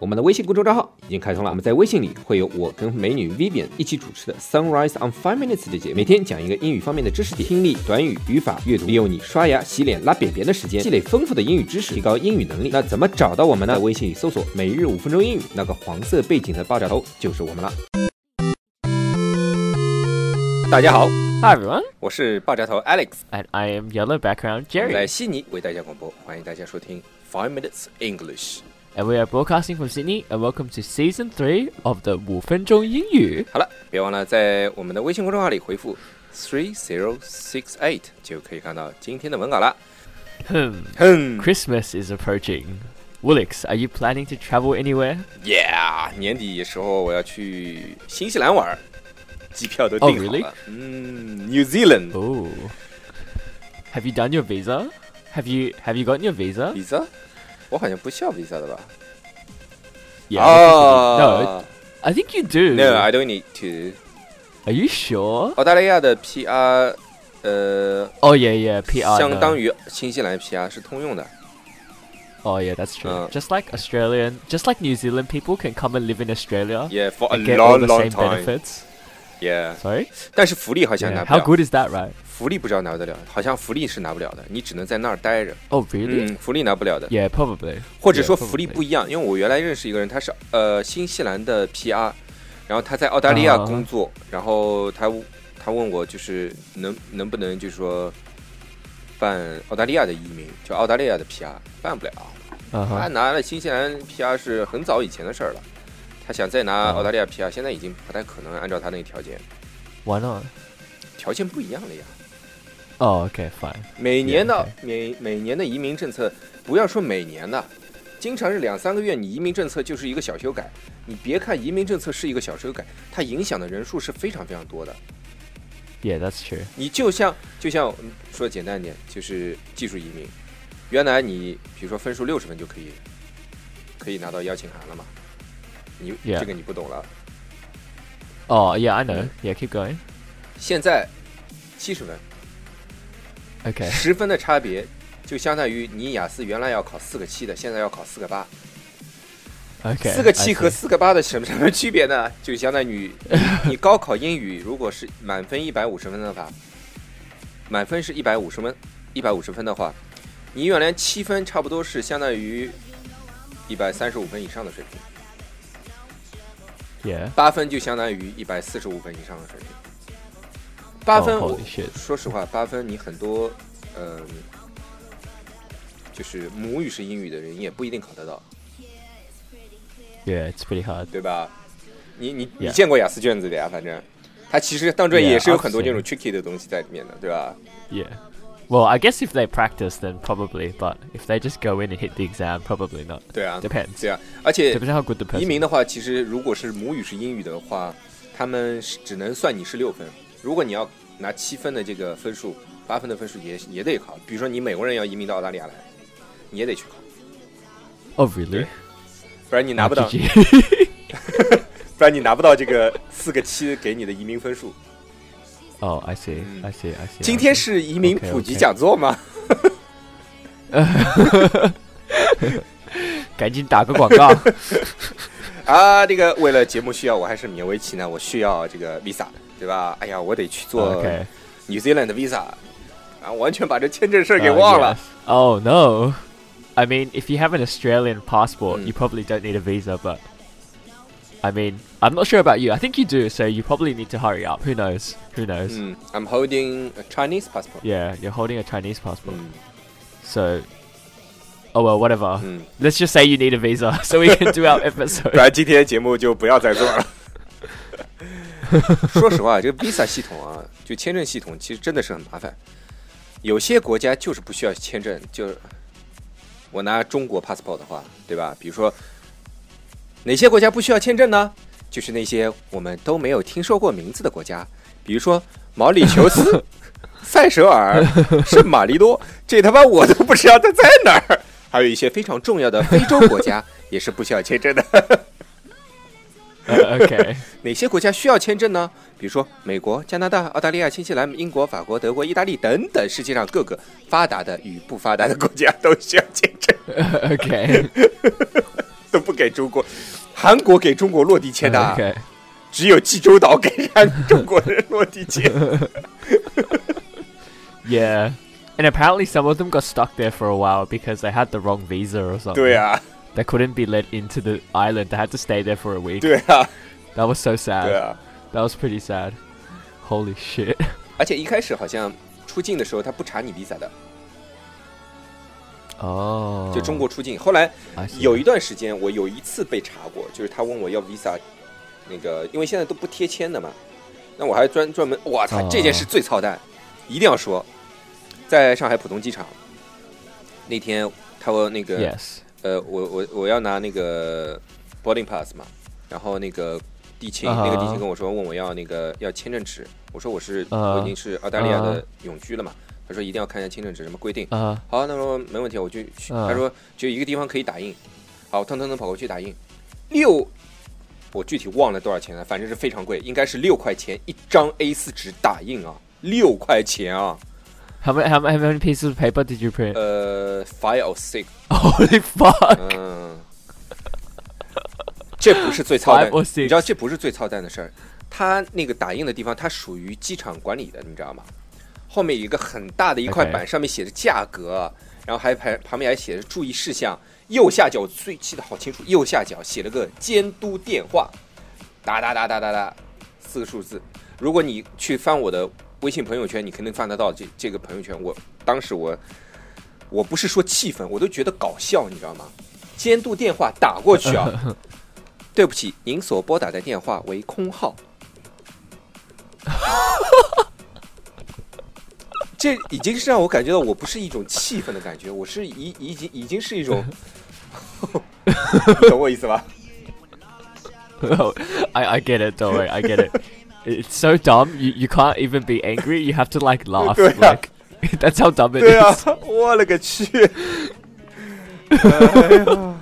我们的微信公众账号已经开通了，我们在微信里会有我跟美女 Vivian 一起主持的 Sunrise on Five Minutes 的节目，每天讲一个英语方面的知识点，听力、短语、语法、阅读，利用你刷牙、洗脸、拉便便的时间，积累丰富的英语知识，提高英语能力。那怎么找到我们呢？在微信里搜索“每日五分钟英语”，那个黄色背景的爆炸头就是我们了。大家好， Hi everyone, 我是爆炸头 Alex， and I am Yellow Background 我们 Jerry, 在悉尼为大家广播，欢迎大家收听 Five Minutes English。 and we are broadcasting from Sydney. And welcome to season three of the 五分钟英语。好了，别忘了在我们的微信公众号里回复 three zero six eight 就可以看到今天的文稿了。 Hmm, 哼 Christmas is approaching. Woolix, are you planning to travel anywhere? ，Yeah，年底时候我要去新西兰玩儿，机票都订好了。 Oh, really？嗯，New Zealand Oh, have you done your visa? Have you have you gotten your visa? visa，我好像不需要 visa 的吧？ Yeah. I think 哦 you do. No, I think you do. ，No，I don't need to。 Are you sure? 澳大利亚的 PR，呃 Oh yeah, yeah. PR. 相当 no. 于新西兰 PR 是通用的。啊 Oh yeah, that's true. Uh. just like Australian, just like New Zealand people can come and live in Australia Yeah，for a and get all long the long same time。 benefits. Yeah， Sorry. 但是福利好像 Yeah, 拿不 How 了。 good is that, right? 福利不知道拿得了，好像福利是拿不了的，你只能在那儿待着。 Oh, really? 嗯，福利拿不了的， Yeah, probably. 或者说 yeah，福利 probably 不一样。因为我原来认识一个人，他是呃新西兰的 PR，然后他在澳大利亚啊工作，然后他他问我就是能能不能就是说办澳大利亚的移民，就澳大利亚的 PR 办不了， Uh 他 huh. 拿了新西兰 PR 是很早以前的事儿了。他想再拿啊澳大利亚 PR，现在已经不太可能按照他那个条件， Why not? 条件不一样了呀。 Oh, okay, fine. 每年的 Yeah, 每每年的移民政策，不要说每年的，经常是两三个月，你移民政策就是一个小修改。你别看移民政策是一个小修改，它影响的人数是非常非常多的。 Yeah, that's true. 你就像就像嗯说简单一点，就是技术移民，原来你比如说分数六十分就可以可以拿到邀请函了嘛，你 Yeah 这个你不懂了。 Oh, yeah, I know. Mm. Yeah, keep going. 现在七十分， Okay. 十分的差别就相当于你雅思原来要考四个七的，现在要考四个八。 Okay. 四个 I 七和 see. 四个八的什么什么区别呢？ 就相当于你高考英语如果是满分一百五十分的话，满分是一百五十分，一百五十分的话，你原来七分差不多是相当于一百三十五分以上的水平， Yeah. 八分就相当于一百四十五分以上的水平。八 Oh, 分，我 holy shit. 说实话，八分你很多，嗯、就是母语是英语的人也不一定考得到， Yeah, it's pretty hard. 对吧？你你你 Yeah. 见过雅思卷子的呀？反正它其实当中 Yeah, 也是有很多 I've seen 这种 tricky 的东西在里面的，对吧？ Yeah. Well, I guess if they practice, then probably. But if they just go in and hit the exam, probably not. 对啊， Depends. 对啊。而且 Depends on how good the 移 person. 民的话，其实如果是母语是英语的话，他们是只能算你是六分。如果你要拿七分的这个分数，八分的分数也也得考。比如说你美国人要移民到澳大利亚来，你也得去考， Oh, really? 不然你拿不到， GG. 不然你拿不到这个四个七给你的移民分数。 oh, I see. Mm. I see. I see. 今 I 天 see. 是移民 OK，OK 普及讲座吗？赶紧打个广 告。啊，这个为了节目需要，我还是勉为其难，我需要这个 visa，对吧？哎呀，我得去做 okay. New Zealand 的 visa，啊，完全把这签 证事儿 Uh, 给忘了。 yes. Oh no. I mean, if you have an Australian passport, Mm. you probably don't need a visa, but I mean, I'm not sure about you. I think you do, so you probably need to hurry up. Who knows? Who knows? 嗯，I'm holding a Chinese passport。 Yeah, you're holding a Chinese passport. 嗯 So Oh well, whatever. 嗯， Let's just say you need a visa so we can do our episode. 不 然今天节目就不要再做了。说实话，这个 visa 系统啊，就签证系统，其实真的是很麻烦。有些国家就是不需要签证，就我拿中国 passport 的话，对吧？比如说，哪些国家不需要签证呢？就是那些我们都没有听说过名字的国家，比如说毛里求斯、塞舌尔、圣马力多，这他妈我都不知道它在哪儿。还有一些非常重要的非洲国家也是不需要签证的。Uh, okay. 哪些国家需要签证呢？比如说美国、加拿大、澳大利亚、新西兰、英国、法国、德国、意大利等等世界上各个发达的与不发达的国家都需要签证， okay. 都不给中国。韩国给中国落地签的 啊， Okay. 只有济州岛给让中国人落地签。 Yeah. And apparently some of them got stuck there for a while because they had the wrong visa or something. 对啊， They couldn't be let into the island. They had to stay there for a week. 对啊， That was so sad. 对啊。 That was pretty sad. Holy shit. 而且一开始好像出境的时候他不查你 visa 的， Oh. 就中国出境。后来 I see. 有一段时间，我有一次被查过，就是他问我要 visa，那个因为现在都不贴签的嘛，那我还专专门，我操啊，这件事最操蛋，一定要说，在上海浦东机场那天，他问那个 Yes. 呃，我我我要拿那个 boarding pass 嘛，然后那个地勤、那个地啊哈勤跟我说问我要那个要签证纸，我说我是、啊我已经是澳大利亚啊的永居了嘛，他说一定要看一下签证纸什么规定， Uh 好，那说没问题，我就去。嗯他说就一个地方可以打印，好，腾腾腾跑过去打印，六，我具体忘了多少钱了，反正是非常贵，应该是六块钱一张 A4 纸打印啊，六块钱啊， how many, how many how many pieces of paper did you Uh. print? 呃，five or six， Holy fuck. 嗯， 这不是最操蛋 Five or 的， six 你知道这不是最操蛋的事儿，他那个打印的地方，它属于机场管理的，你知道吗？后面有一个很大的一块 OK 板，上面写着价格，然后还旁旁边还写着注意事项，右下角我最记得好清楚，右下角写了个监督电话，哒哒哒哒哒哒，四个数字。如果你去翻我的微信朋友圈，你肯定翻得到这这个朋友圈。我当时我我不是说气愤，我都觉得搞笑，你知道吗？监督电话打过去啊，对不起，您所拨打的电话为空号。这已经是让我感觉到我不是一种气愤的感觉，我是已已经已经是一 种，你懂我意思吧？ I, I get it. Don't worry. I get it. It's so dumb. You, you can't even be angry. You have to like laugh. 对啊。 like that's how dumb it 对啊 is.，我勒个 去！哎呀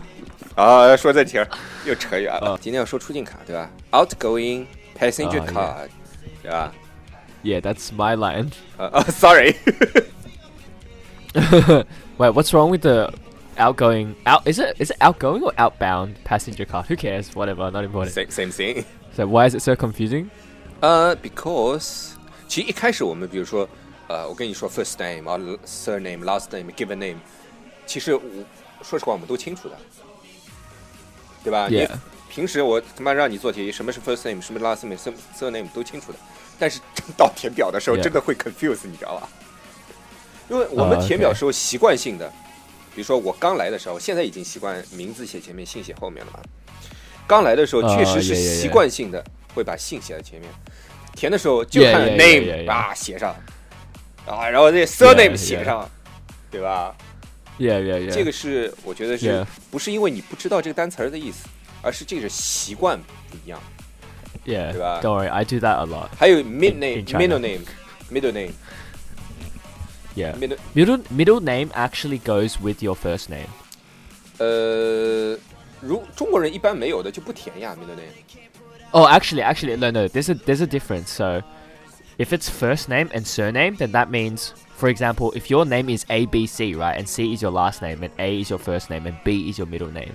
啊，说正题儿，又扯远了。今天要说出境卡对吧？Outgoing passenger 啊 card，、对吧？ Yeah, that's my line. 啊啊，sorry， Wait, what's wrong with the outgoing? Out is it is it outgoing or outbound passenger card? Who cares? Whatever. Not important. same same thing。 So why is it so confusing? 呃、b e c a u s e 其实一开始我们比如说，呃，我跟你说 first name 啊，surname、last name、given name，其实我说实话我们都清楚的，对吧 Yeah 你平时我他妈让你做题，什么是 first name，什么 last name、sur- surname 都清楚的，但是 真到填表的时候 Yeah 真的会 confuse，你知道吧？因为我们啊填表，OK 时候习惯性的比如说我刚来的时候，现在已经习惯名字写前面，姓写后面了嘛。刚来的时候啊确实是 yeah, yeah, yeah 习惯性的会把姓写在前面，填的时候就 Yeah, 看 yeah, yeah, yeah, name yeah. 啊写上，啊然后这 surname yeah. 写上，对吧？ Yeah, yeah, yeah. 这个是我觉得是 Yeah 不是因为你不知道这个单词儿的意思，而是这个习惯不一样。 yeah. 对吧？ Don't worry. I do that a lot. 还有 mid name、 in China middle name、middle name、 Yeah. middle Middle middle name actually goes with your first name. 呃，如中国人一般没有的就不填呀 middle name。 Oh, actually, actually, no, no. There's a there's a difference. So, if it's first name and surname, then that means, for example, if your name is A B C, right, and C is your last name, and A is your first name, and B is your middle name.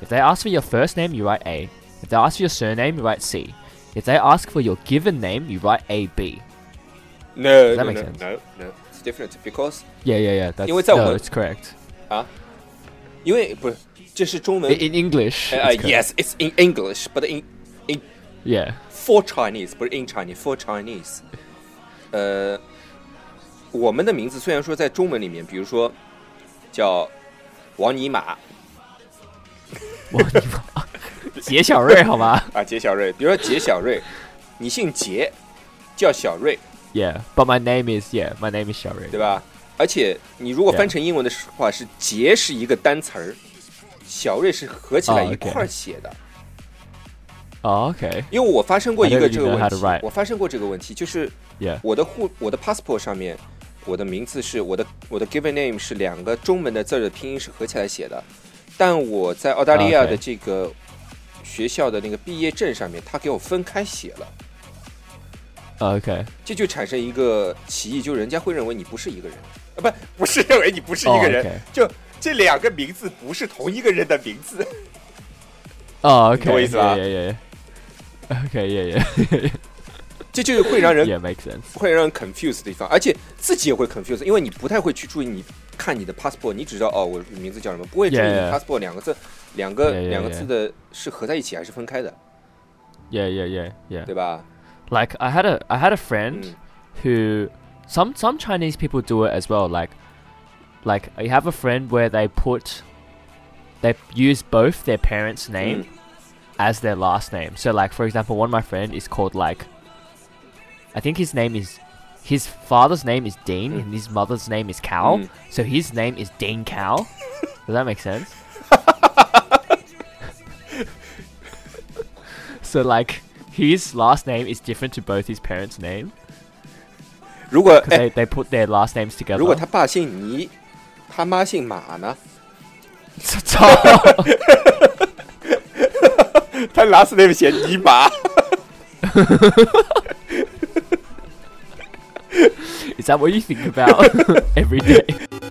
If they ask for your first name, you write A. If they ask for your surname, you write C. If they ask for your given name, you write A B. No, That no, makes no, sense. no, no. It's different because Yeah, yeah, yeah. That's You would say no, what- it's correct. 因为不是，这是中 I- 文。 In English, 呃、 it's correct. y e s it's in English, but in yeah, for Chinese，不是 in Chinese for Chinese。呃，我们的名字虽然说在中文里面，比如说叫王尼玛杰小瑞，好吧？啊，杰小瑞，比如说杰小瑞，你姓杰，叫小瑞， yeah, but my name is yeah, my name is 小瑞。对吧？而且你如果 Yeah 翻成英文的话，是杰是一个单词儿，小瑞是合起来哦一，OK 块儿写的。 Oh, okay. 因为我发生过一 I 个 don't 这个 even know 问 how 题 to write.，我发生过这个问题，就是 Yeah. 我的户我的 passport 上面，我的名字是我的我的 given name 是两个中文的字儿的拼音是合起来写的，但我在澳大利亚 OK 的这个学校的那个毕业证上面，他给我分开写了， OK，这就产生一个歧义，就人家会认为你不是一个人，啊，不，不是认为你不是一个人，哦，OK 就这两个名字不是同一个人的名字。哦懂我意，OK，思吧 Oh, yeah, yeah, yeah. OK，yeah, yeah. 这就会让人 yeah, makes sense. 会让人 confuse 的地方，而且自己也会 confuse，因为你不太会去注意你看你的 passport，你只知道哦我名字叫什么，不会注意你 Yeah, yeah. passport 两个字，两个 Yeah, yeah, 两个 yeah. 字的是合在一起还是分开的， Yeah, yeah, yeah, yeah. 对吧？ Like I had a I had a friend 嗯 who some some Chinese people do it as well. Like like you have a friend where they put they use both their parents' name as their last name. So like for example, one of my friend is called like I think his name is his father's name is Dean Mm. and his mother's name is Cow. Mm. So his name is Dean Cow. Does that make sense? so like his last name is different to both his parents' name. 如果 Because 哎， they, they put their last names together. 如果他爸姓倪，他妈姓马呢？ 他 last name 写尼马， Is that what you think about every day?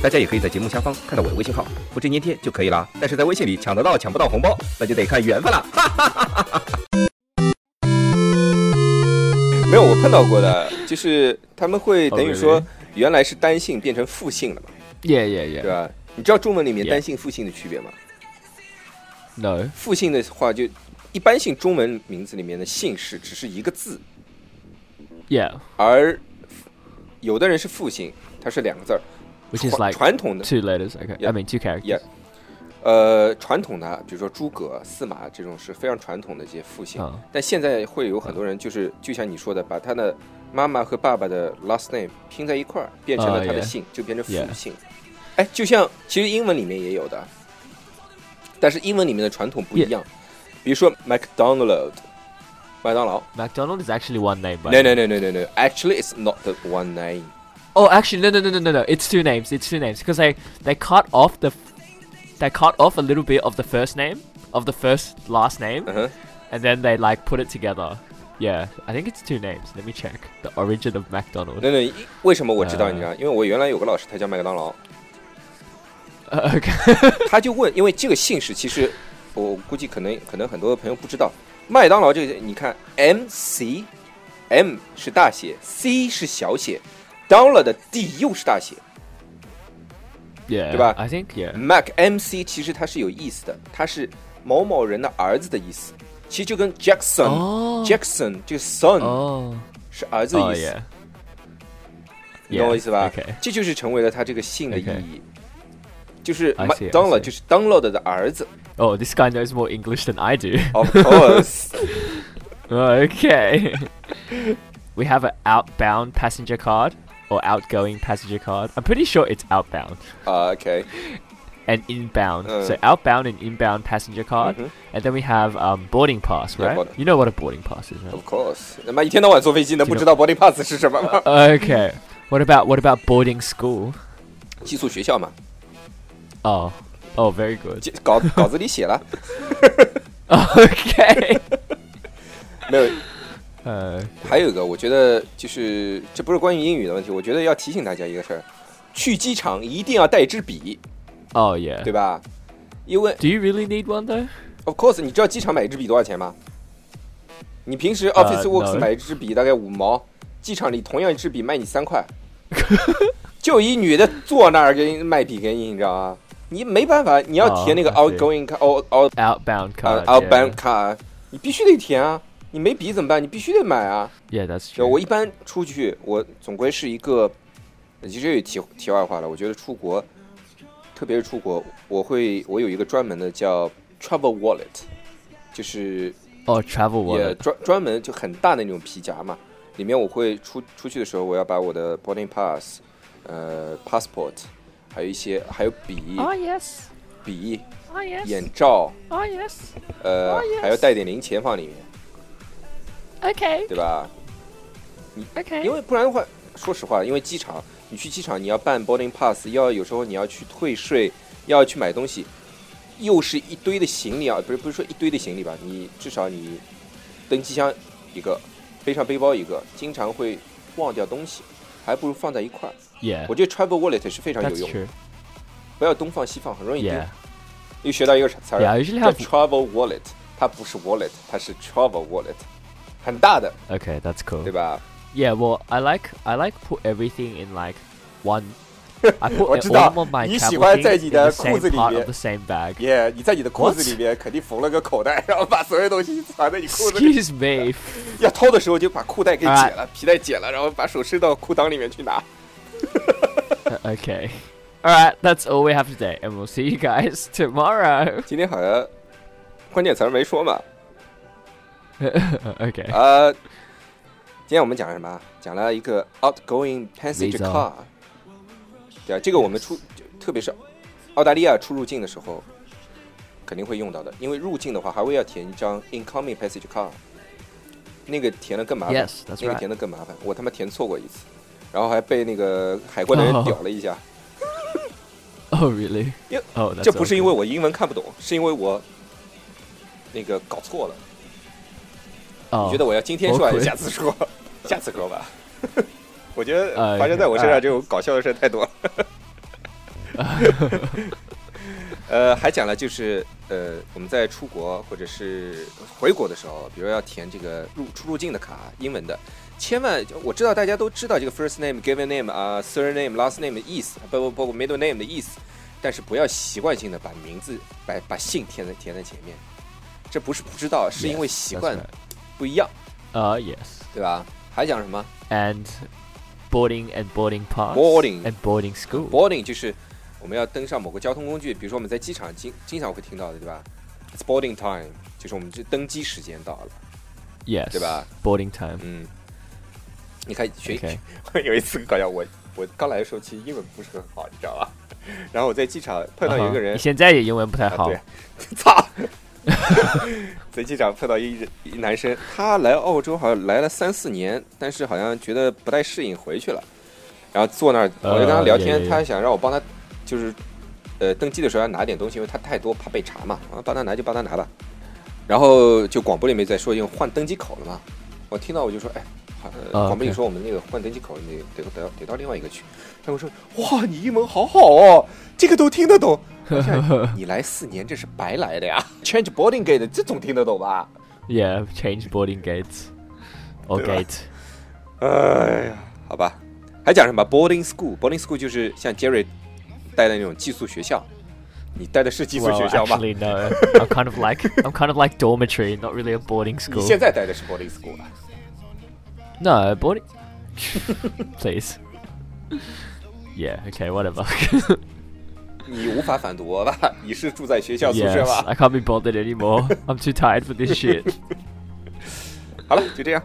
大家也可以在节目下方看到我的微信号，复制粘贴就可以了。但是在微信里抢得到抢不到红包，那就得看缘分了。哈哈哈哈哈。 没有，我碰到过的，就是他们会 Oh, 等于说 really? 原来是单姓变成复姓了嘛， Yeah, yeah, yeah. 对吧？你知道中文里面 Yeah. 单姓复姓的区别吗？ No. 复姓的话就一般性中文名字里面的姓氏只是一个字， Yeah. 而有的人是复姓，它是两个字儿。 Which is 传 like 传统的 two letters. Okay. Yeah. I mean two characters. Yeah. 呃，传统的，比如说诸葛、司马这种是非常传统的这些复姓，哦但现在会有很多人就是，就像你说的，把他的妈妈和爸爸的 last name 拼在一块儿，变成了哦他的 yeah 姓就变成复 Yeah 姓。哎，就像其实英文里面也有的，但是英文里面的传统不一 Yeah 样，比如说 McDonald，麦当劳。 McDonald is actually one name, but No no no no no no. Actually, it's not the one name. Oh, actually, no, no, no, no, no, no. It's two names. It's two names because they they cut off the they cut off a little bit of the first name of the first last name, 嗯哼， and then they like put it together. Yeah, I think it's two names. Let me check the origin of McDonald. 那那为什么我知道呃你知道？因为我原来有个老师，他叫麦当劳， Uh, okay. 他就问，因为这个姓氏其实我估计可能可能很多朋友不知道，麦当劳这个你看 M C M 是大写，C 是小写，Donald 的 D 又是大写 Yeah. 对吧？ I think yeah. ，Mac M C 其实它是有意思的，它是某某人的儿子的意思，其实就跟 Jackson、哦 Jackson 这个 son、 Oh. 是儿子 Oh 的意思。 yeah. 你懂我 Yeah, 意思吧 OK 这就是成为了他这个姓的意义 OK 就是 I m see, I Donald see 就是 Donald 的儿子 Oh, this guy knows more English than I do. ，of course， Okay. we have an outbound passenger card or outgoing passenger card. I'm pretty sure it's outbound 啊，OK， and inbound. Uh. So outbound and inbound passenger card, Mhm. and then we have um, boarding pass, Yeah, right? boarding. You know what a boarding pass is, right? of course，他妈一天到晚坐飞机能不知道 boarding pass 是什么吗？ Okay. What about what about boarding school? 寄宿学校 嘛， Oh, oh, very good. 寄稿稿子里写了 Okay. 没有？ uh, 还有一个，我觉得就是这不是关于英语的问题，我觉得要提醒大家一个事儿，去机场一定要带支笔， oh yeah. 对吧？因为 Do you really need one though? Of course，你知道机场买一支笔多少钱吗？你平时呃 Office Works no 买一支笔大概五毛，机场里同样一支笔卖你三块， 就一女的坐那儿给你卖笔给你，你知道吗？你没办法，你要填那个哦，I see outgoing card、out out Uh, Outbound card. 啊 yeah. outbound card，你必须得填啊！你没笔怎么办？你必须得买啊！ Yeah, that's 就 true. 我一般出去，我总归是一个，其实也题题外话了。我觉得出国，特别是出国，我会我有一个专门的叫 travel wallet，就是 oh, travel 也 wallet. 专专门就很大的那种皮夹嘛。里面我会出出去的时候，我要把我的 boarding pass、呃 passport，还有一些还有笔、 Oh yes. 笔、 Oh yes. 眼罩， Oh yes. 呃 yes 还要带点零钱放里面， Okay. 对吧？ Okay. 因为不然的话，说实话，因为机场，你去机场你要办 boarding pass，要有时候你要去退税，要去买东西，又是一堆的行李啊，不是不是说一堆的行李吧，你至少你登机箱一个，背上背包一个，经常会忘掉东西，还不如放在一块儿。 Yeah. 我觉得 travel wallet 是非常有 That's 用的， true. 不要东放西放，很容易丢。 Yeah. 又学到一个词儿 Yeah, I usually 叫 have- travel wallet，它不是 wallet，它是 travel wallet，很大的， Okay, that's cool. 对吧？ Yeah, well, I like I like put everything in like one. I 我 put 知 all 道 of my 你 travel 喜欢 things 在你 in 的 the 裤 same 子里 part 面 of the same bag. 耶你在你的裤 What？子里面肯定缝了个口袋，然后把所有东西藏在你裤子里。 Excuse me. 要偷的时候就把裤带给解 Alright 了，皮带解了，然后把手伸到裤裆里面去拿。 Uh, okay. All right, that's all we have today, and we'll see you guys tomorrow. 今天好像关键词儿没说嘛？ okay. 呃，今天我们讲了什么？啊讲了一个 outgoing passenger Visa car。对啊，这个我们出，就特别是澳大利亚出入境的时候肯定会用到的，因为入境的话还会要填一张 incoming passenger car，那个填的更麻烦。 yes, that's 那个 right. 填的更麻烦，我他妈填错过一次，然后还被那个海关 的人屌了一下。 Oh really? Yeah, Oh, that's 这不是 okay. 因为我英文看不懂，是因为我那个搞错了。 Oh. 你觉得我要今天说还是 awkward 下次说？ 下次说吧。 我觉得呃发生在我身上这种搞笑的事太多了。 呃，还讲了就是呃，我们在出国或者是回国的时候，比如要填这个入出入境的卡，英文的，千万我知道大家都知道这个 first name、given name 啊、surname、last name 的意思，包括包括 middle name 的意思，但是不要习惯性的把名字把把姓填在填在前面，这不是不知道，是因为 Yes, 习 that's 惯 right. 不一样， Uh, yes. 对吧？还讲什么？ And boarding and boarding pass. Boarding. and boarding school. boarding 就是我们要登上某个交通工具，比如说我们在机场经经常会听到的，对吧？It's boarding time，就是我们这登机时间到了， yes. 对吧 Boarding time. 嗯，你看学 Okay. 有一次搞笑，我我刚来的时候其实英文不是很好，你知道吧？然后我在机场 Uh-huh. 碰到有一个人，啊，现在也英文不太好。对， 操！在机场碰到一人一男生，他来澳洲好像来了三四年，但是好像觉得不太适应，回去了。然后坐那儿，我就跟他聊天，呃也也他想让我帮他，就是呃登记的时候要拿点东西，因为他太多怕被查嘛，啊，帮他拿就帮他拿吧。然后就广播里面在说，因为换登机口了嘛，我听到我就说，哎，好呃啊广播里 OK 说我们那个换登机口，你得得得到另外一个区。他跟我说，哇，你英文好好哦，这个都听得懂。我想你来四年这是白来的呀，change boarding gate 这总听得懂吧？ Yeah, change boarding gates. Or gate. 哎呀，好吧，还讲什么 boarding school？boarding school 就是像 Jerry 待的那种寄宿学校，你待的是寄宿 Well, 学校吗？ actually no. I'm kind of like I'm kind of like dormitory, not really a boarding 你 school. 现在待的是 boarding school 啊吧？ No, boarding. Please. Yeah. Okay. Whatever. 你无法反驳吧？你是住在学校宿舍 yes. 吧？ I can't be bothered anymore. I'm too tired for this shit. 好了，就这样，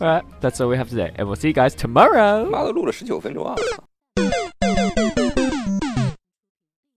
All right. That's all we have today, and we'll see you guys tomorrow. 妈的，录了十九分钟啊！我操